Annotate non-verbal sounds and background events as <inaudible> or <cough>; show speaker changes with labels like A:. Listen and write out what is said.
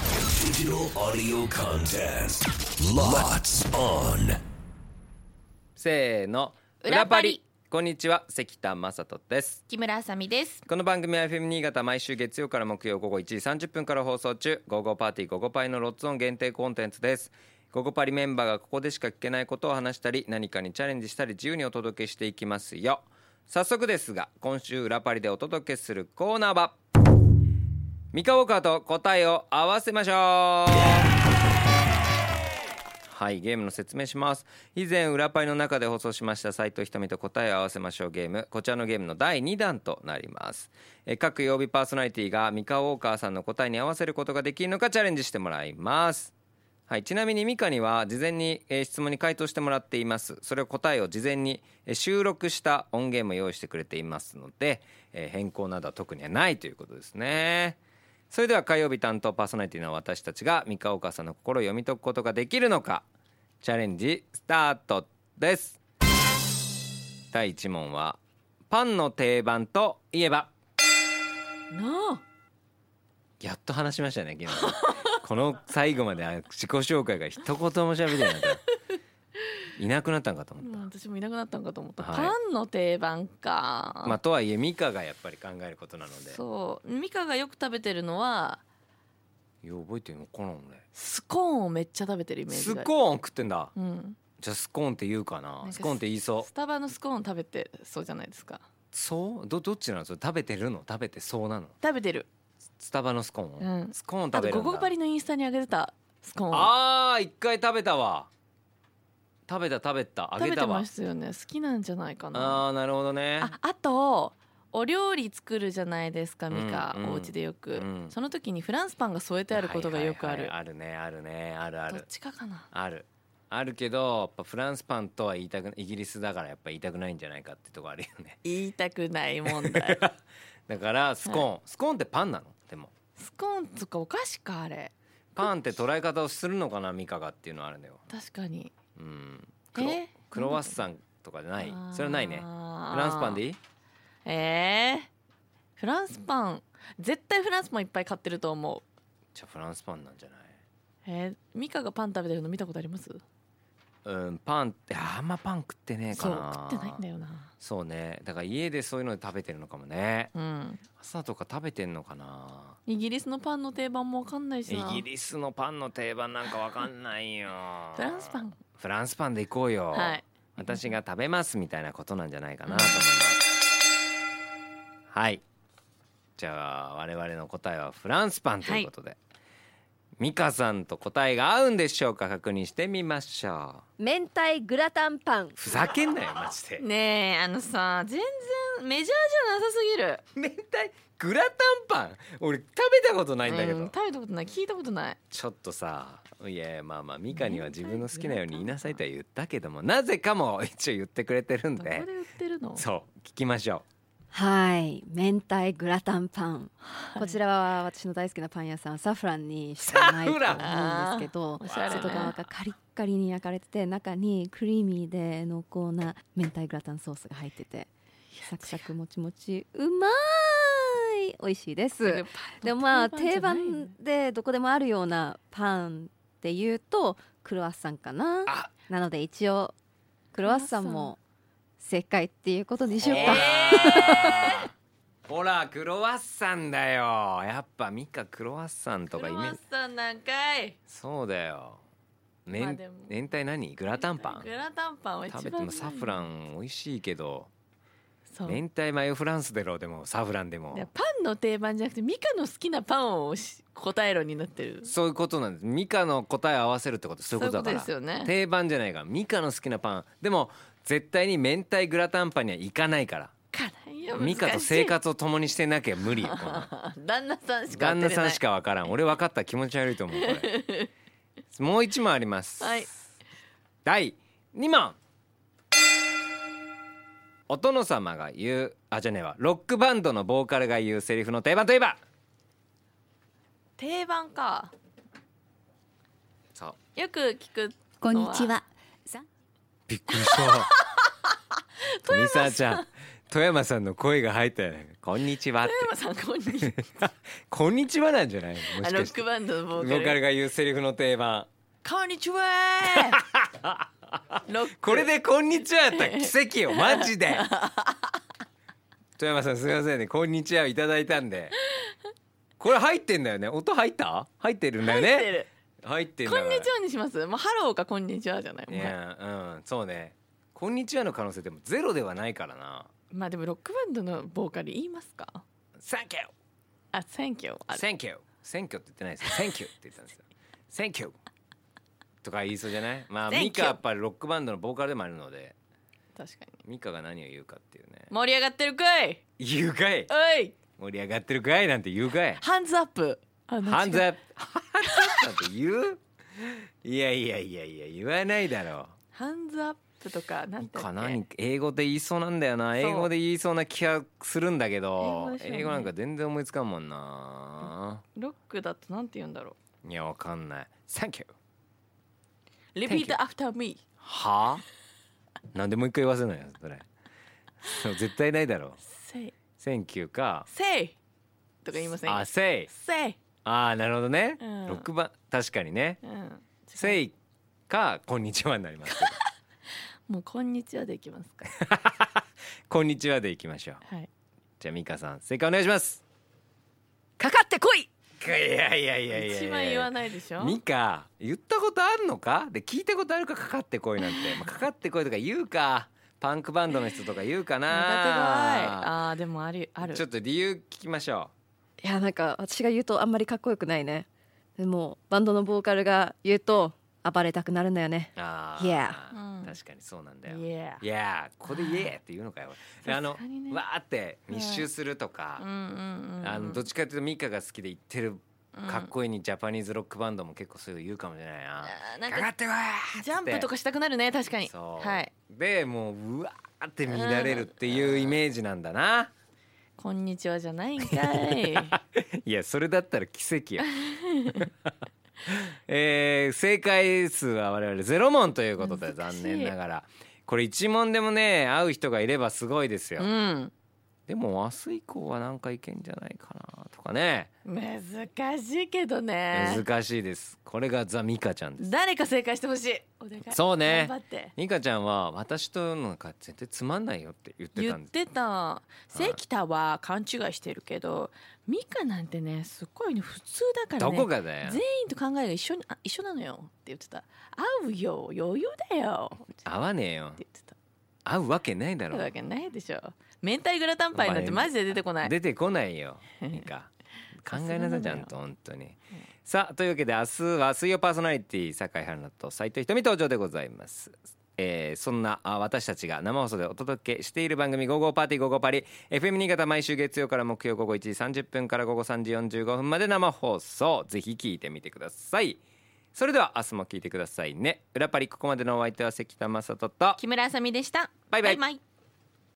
A: Digital audio contest. Lots on.
B: せーの
C: 裏パリ
B: こんにちは関田正人です
C: 木村あさみです
B: この番組は FM 新潟毎週月曜から木曜午後1時30分から放送中「午後パーティー午後パイ」のロッツオン限定コンテンツです午後パリメンバーがここでしか聞けないことを話したり何かにチャレンジしたり自由にお届けしていきますよ早速ですが今週裏パリでお届けするコーナーは三河ウォーカーと答えを合わせましょうはいゲームの説明します以前裏パイの中で放送しました斉藤ひとみと答えを合わせましょうゲームこちらのゲームの第2弾となりますえー各曜日パーソナリティがミカウォーカーさんの答えに合わせることができるのかチャレンジしてもらいますはい、ちなみにミカには事前に、えー質問に回答してもらっていますそれを答えを事前に、えー収録した音源も用意してくれていますので、えー変更などは特にはないということですねそれでは火曜日担当パーソナリティの私たちが三河岡さんの心を読み解くことができるのかチャレンジスタートです第1問はパンの定番といえば
C: な
B: やっと話しましたね昨 <laughs> 日この最後まであ自己紹介が一言も喋ってなかったいなくなったんかと思
C: あ
B: っ
C: 私もいなくなったんかと思った、
B: はい
C: パンの定番か、
B: たまあとはいえミカがやっぱり考えることなので
C: そうミカがよく食べてるのはい
B: や覚えてるのかな俺
C: スコーンをめっちゃ食べてるイメージ
B: ス
C: がある
B: コーン食ってんだ
C: うん、
B: じゃあスコーンって言うか
C: な
B: なん
C: か
B: スコーンって言いそう
C: スタバのスコーン食べてそうじゃないですか
B: そうどどっちなのそれ食べてるの食べてそうなの
C: 食べてる
B: スタバのスコーン、
C: うん
B: スコーン
C: あ
B: 食
C: と
B: べる
C: ゴ
B: んだ
C: ゴパリのインスタに上げてたスコーン
B: あー一回食べたわ食べた食べたあ
C: 食
B: げ
C: べて
B: たわ
C: ましたよね好きなんじゃないかな
B: あーなるほどね
C: ああとお料理作るじゃないですかミカ、
B: うんうん
C: お家でよ
B: う
C: く、
B: ん
C: その時にフランスパンが添えてあることがよくあ
B: はいは
C: る、
B: いはいあるねあるねあるあ
C: どっ
B: る
C: ちかかな
B: あるあるけどやっぱフランスパンとは言いたくイギリスだからやっぱ言いたくないんじゃないかってとこあるよね <laughs>
C: 言いたくない問題
B: だからスコーン、スコーンってパンなのでも
C: スコーンとかお菓子かあれ
B: パンって捉え方をするのかなミカがっていうのはあるんだよ
C: 確かに
B: うんクロ
C: え
B: クロワッサンとかじゃないそれはないねフ
C: フ
B: ランスパンでい
C: い
B: い
C: えー、フランスパン絶対フランスパンいっぱい買ってると思う
B: じゃあフランスパンなんじゃない
C: えー、ミカがパン食べてるの見たことあります
B: うんパンってあんまパン食ってねえか
C: そう
B: な
C: 食ってないんだよな
B: そうねだから家でそういうので食べてるのかもね
C: うん
B: 朝とか食べてんのかな
C: イギリスのパンの定番もわかんないしな
B: イギリスのパンの定番なんかわかんないよ
C: <laughs> フランスパン
B: フランスパンで行こうよ、
C: はい
B: 私が食べますみたいなことなんじゃないかなと思いますはいじゃあ我々の答えはフランスパンということで、ミカさんと答えが合うんでしょうか確認してみましょう
D: 明太グラタンパン
B: ふざけんなよマジで
C: ねえあのさ全然メジャーじゃなさすぎ
B: 明
C: る
B: 太グラタンパン俺食べたことないんだけど、
C: うん食べたことない聞いたことない
B: ちょっとさいやいやまあまあミカには自分の好きなように言いなさいとは言ったけどもなぜかも一応言ってくれてるん
C: どこで
B: で
C: 売ってるの
B: そう聞きましょ
D: はい明太グラタンパン、
C: い
D: こちらは私の大好きなパン屋さんサフランにしかないと
B: サフラ
C: ン
D: 思うんですけど
C: おしゃれね
D: 外側がカリッカリに焼かれてて中にクリーミーで濃厚な明太グラタンソースが入っててサクサクもちもちうまーい美味しいですでもまあ定番でどこでもあるようなパンっていうとクロワッサンかな
B: うあ
D: なので一応クロワッサンも正解っていうことにしようか、
B: えーほらクロワッサンだよやっぱミカクロワッサンと
C: ク
B: かイ
C: ロ
B: メ
C: ワ
B: ー
C: ッ
B: ジ
C: サンなんかい
B: そうだよめん
C: まあでも
B: 明太何グラタンパン
C: グラタンパンは一番
B: 食べてもサフラン
C: ン
B: 美味しいけど
C: そう
B: 明太マヨフランスでろでもサフランでも
C: でパンの定番じゃなくてミカの好きなパンをし答えろになってる
B: そういうことなんですミカの答えを合わせるってことそういうことだから
C: そういうことですよね
B: 定番じゃないからミカの好きなパンでも絶対に明太グラタンパンにはいかないから
C: かないよ
B: ミカと生活を共にしてなきゃ無理よこんな
C: <laughs> 旦那さんしか
B: 旦
C: 当てれ
B: 那
C: な
B: さ
C: い
B: んしかわからん俺分かったら気持ち悪いと思うこれ
C: <laughs>
B: もう一問あります、
C: はい
B: 第2問お殿様が言うあじゃねえわロックバンドのボーカルが言うセリフの定番といえば
C: 定番か
B: そう
C: よく聞く
D: こんにちは
C: <laughs>
B: びっくりした。ミサちゃん、富山さんの声が入ったよねこんにちは
C: <laughs>
B: って
C: 山さんこんに
B: <laughs>
C: ちは
B: こんにちはなんじゃないのも
C: あ
B: し
C: ロ
B: か
C: ッ
B: して
C: クバンドのボ
B: ロ
C: ーカ
B: ーカル
C: ル
B: が言うセリフの定番
C: こんにちはロック
B: <laughs> これで「こんにちは」やったら奇跡よマジで富山さんすみませんね「こんにちは」いただいたんでこれ入ってんだよね音入った入ってるんだよね
C: 入ってる
B: 入ってん
C: こ
B: だ
C: んにちはにしますもうハローかこんにちはじゃない
B: い
C: もう
B: やうんそうね「こんにちは」の可能性でもゼロではないからな
C: まあでもロックバンドのボーカル言いますか
B: 「サンキュー
C: あ Thank you あ」
B: 「サンキュー」「サンキュー」って言ってないです「サンキュー」って言ったんですよ「サンキュー」とか言いそうじゃないまあ
C: Thank you
B: ミカはやっぱりロックバンドのボーカルでもあるので
C: 確かに
B: ミカが何を言うかっていうね
C: 盛り上がってるかい
B: 言うかい
C: おい
B: 盛り上がってるかいなんて言うかい
C: ハンズアップあ
B: ハンズ
C: 違
B: アッ
C: う
B: プハンズアップなんて言ういやいやいやいや言わないだろ
C: ハンズアップとかなん
B: う
C: て
B: か何英語で言いそうなんだよな英語で言いそうな気がするんだけど
C: 英語でしょうね
B: 英語なんか全然思いつかんもんな
C: ロックだとなんて言うんだろ
B: いやわかんない「サンキュー
C: う Repeat after me」
B: はあなんでもう一回言わせないよそれそう絶対ないだろう
C: Say
B: 「センキュー」か
C: Say とか言いま
B: 「
C: せん
B: あせい
C: Say」
B: ああなるほどね、
C: うん
B: 六番確かにね
C: うん
B: 「せい」か「こんにちは」になりますけど
C: もうこんにちはできますか
B: こんに <laughs> ちはでいきましょう。
C: はい
B: じゃあミカさん、正解お願いします。
C: かかってこい
B: いやいやいやいや
C: 一番言わないでしょ
B: ミカ、言ったことあるのか？で聞いたことあるかかかってこいなんて、まあ、かかってこいとか言うか、パンクバンドの人とか言うか
C: 苦手だ
B: な。
C: あーでもありある
B: ちょっと理由聞きましょ
D: いやなんか私が言うとあんまりかっこよくないねでもバンドのボーカルが言うと暴れたくなるんだよね
B: う。ああ、
C: Yeah うん
B: 確かにそうなんだよ。
C: Yeah
B: いやここで「イエーって言うのかよ。であの、
C: さすがにね
B: わーって密集するとか。
C: うんうんうん
B: あのどっちかというとミカが好きで言ってるかっこいいにジャパニーズロックバンドも結構そういうの言うかもしれないな。
C: あーなんか
B: かってこいっつって
C: ジャンプとかしたくなるね確かに
B: そう、
C: はい
B: でもううわーって乱れるっていうイメージなんだな、
C: こんにちはじゃないんか
B: <laughs>
C: い
B: いやそれだったら奇跡
C: <laughs>
B: やえー正解数は我々ゼロ問ということで
C: 難し
B: 残
C: い
B: 念ながらこれ一問でもね会う人がいればすごいですよ、
C: うん
B: でも明日以降はなんかいけんじゃないかなとかね
C: 難しいけどね
B: 難しいですこれがザ・ミカちゃんです
C: 誰か正解してほしいお願い
B: そうね
C: 頑張って
B: ミカちゃんは私とのが全然つまんないよって言って
C: 言
B: た
C: っ
B: んです
C: てた関田は勘違いしてるけど美香なんてねすごいね普通だか
B: ど
C: らね
B: こがだよ
C: 全員と考えが一緒にあ一緒なのよって言ってた合うよ余裕だよって
B: 合わねえよ
C: 言ってた
B: 合うわけないだ
C: そ
B: ろ
C: うわけないでしょ明太グラタンパイなんてマジで出てこない
B: 出てこないよ。いい
C: <laughs>
B: か考えなさいちゃんと本当に。さあというわけで明日は水曜パーソナリティ酒井春菜と斉藤ひとみ登場でございます。えーそんなあ私たちが生放送でお届けしている番組「午後パーティー午後パリ」FM 新潟毎週月曜から木曜午後1時30分から午後3時45分まで生放送ぜひ聞いてみてくださいそれでは明日も聞いてくださいね裏パリここまでのお相手は関田正人と
C: 木村あさみでした
B: バイバイ
C: バイ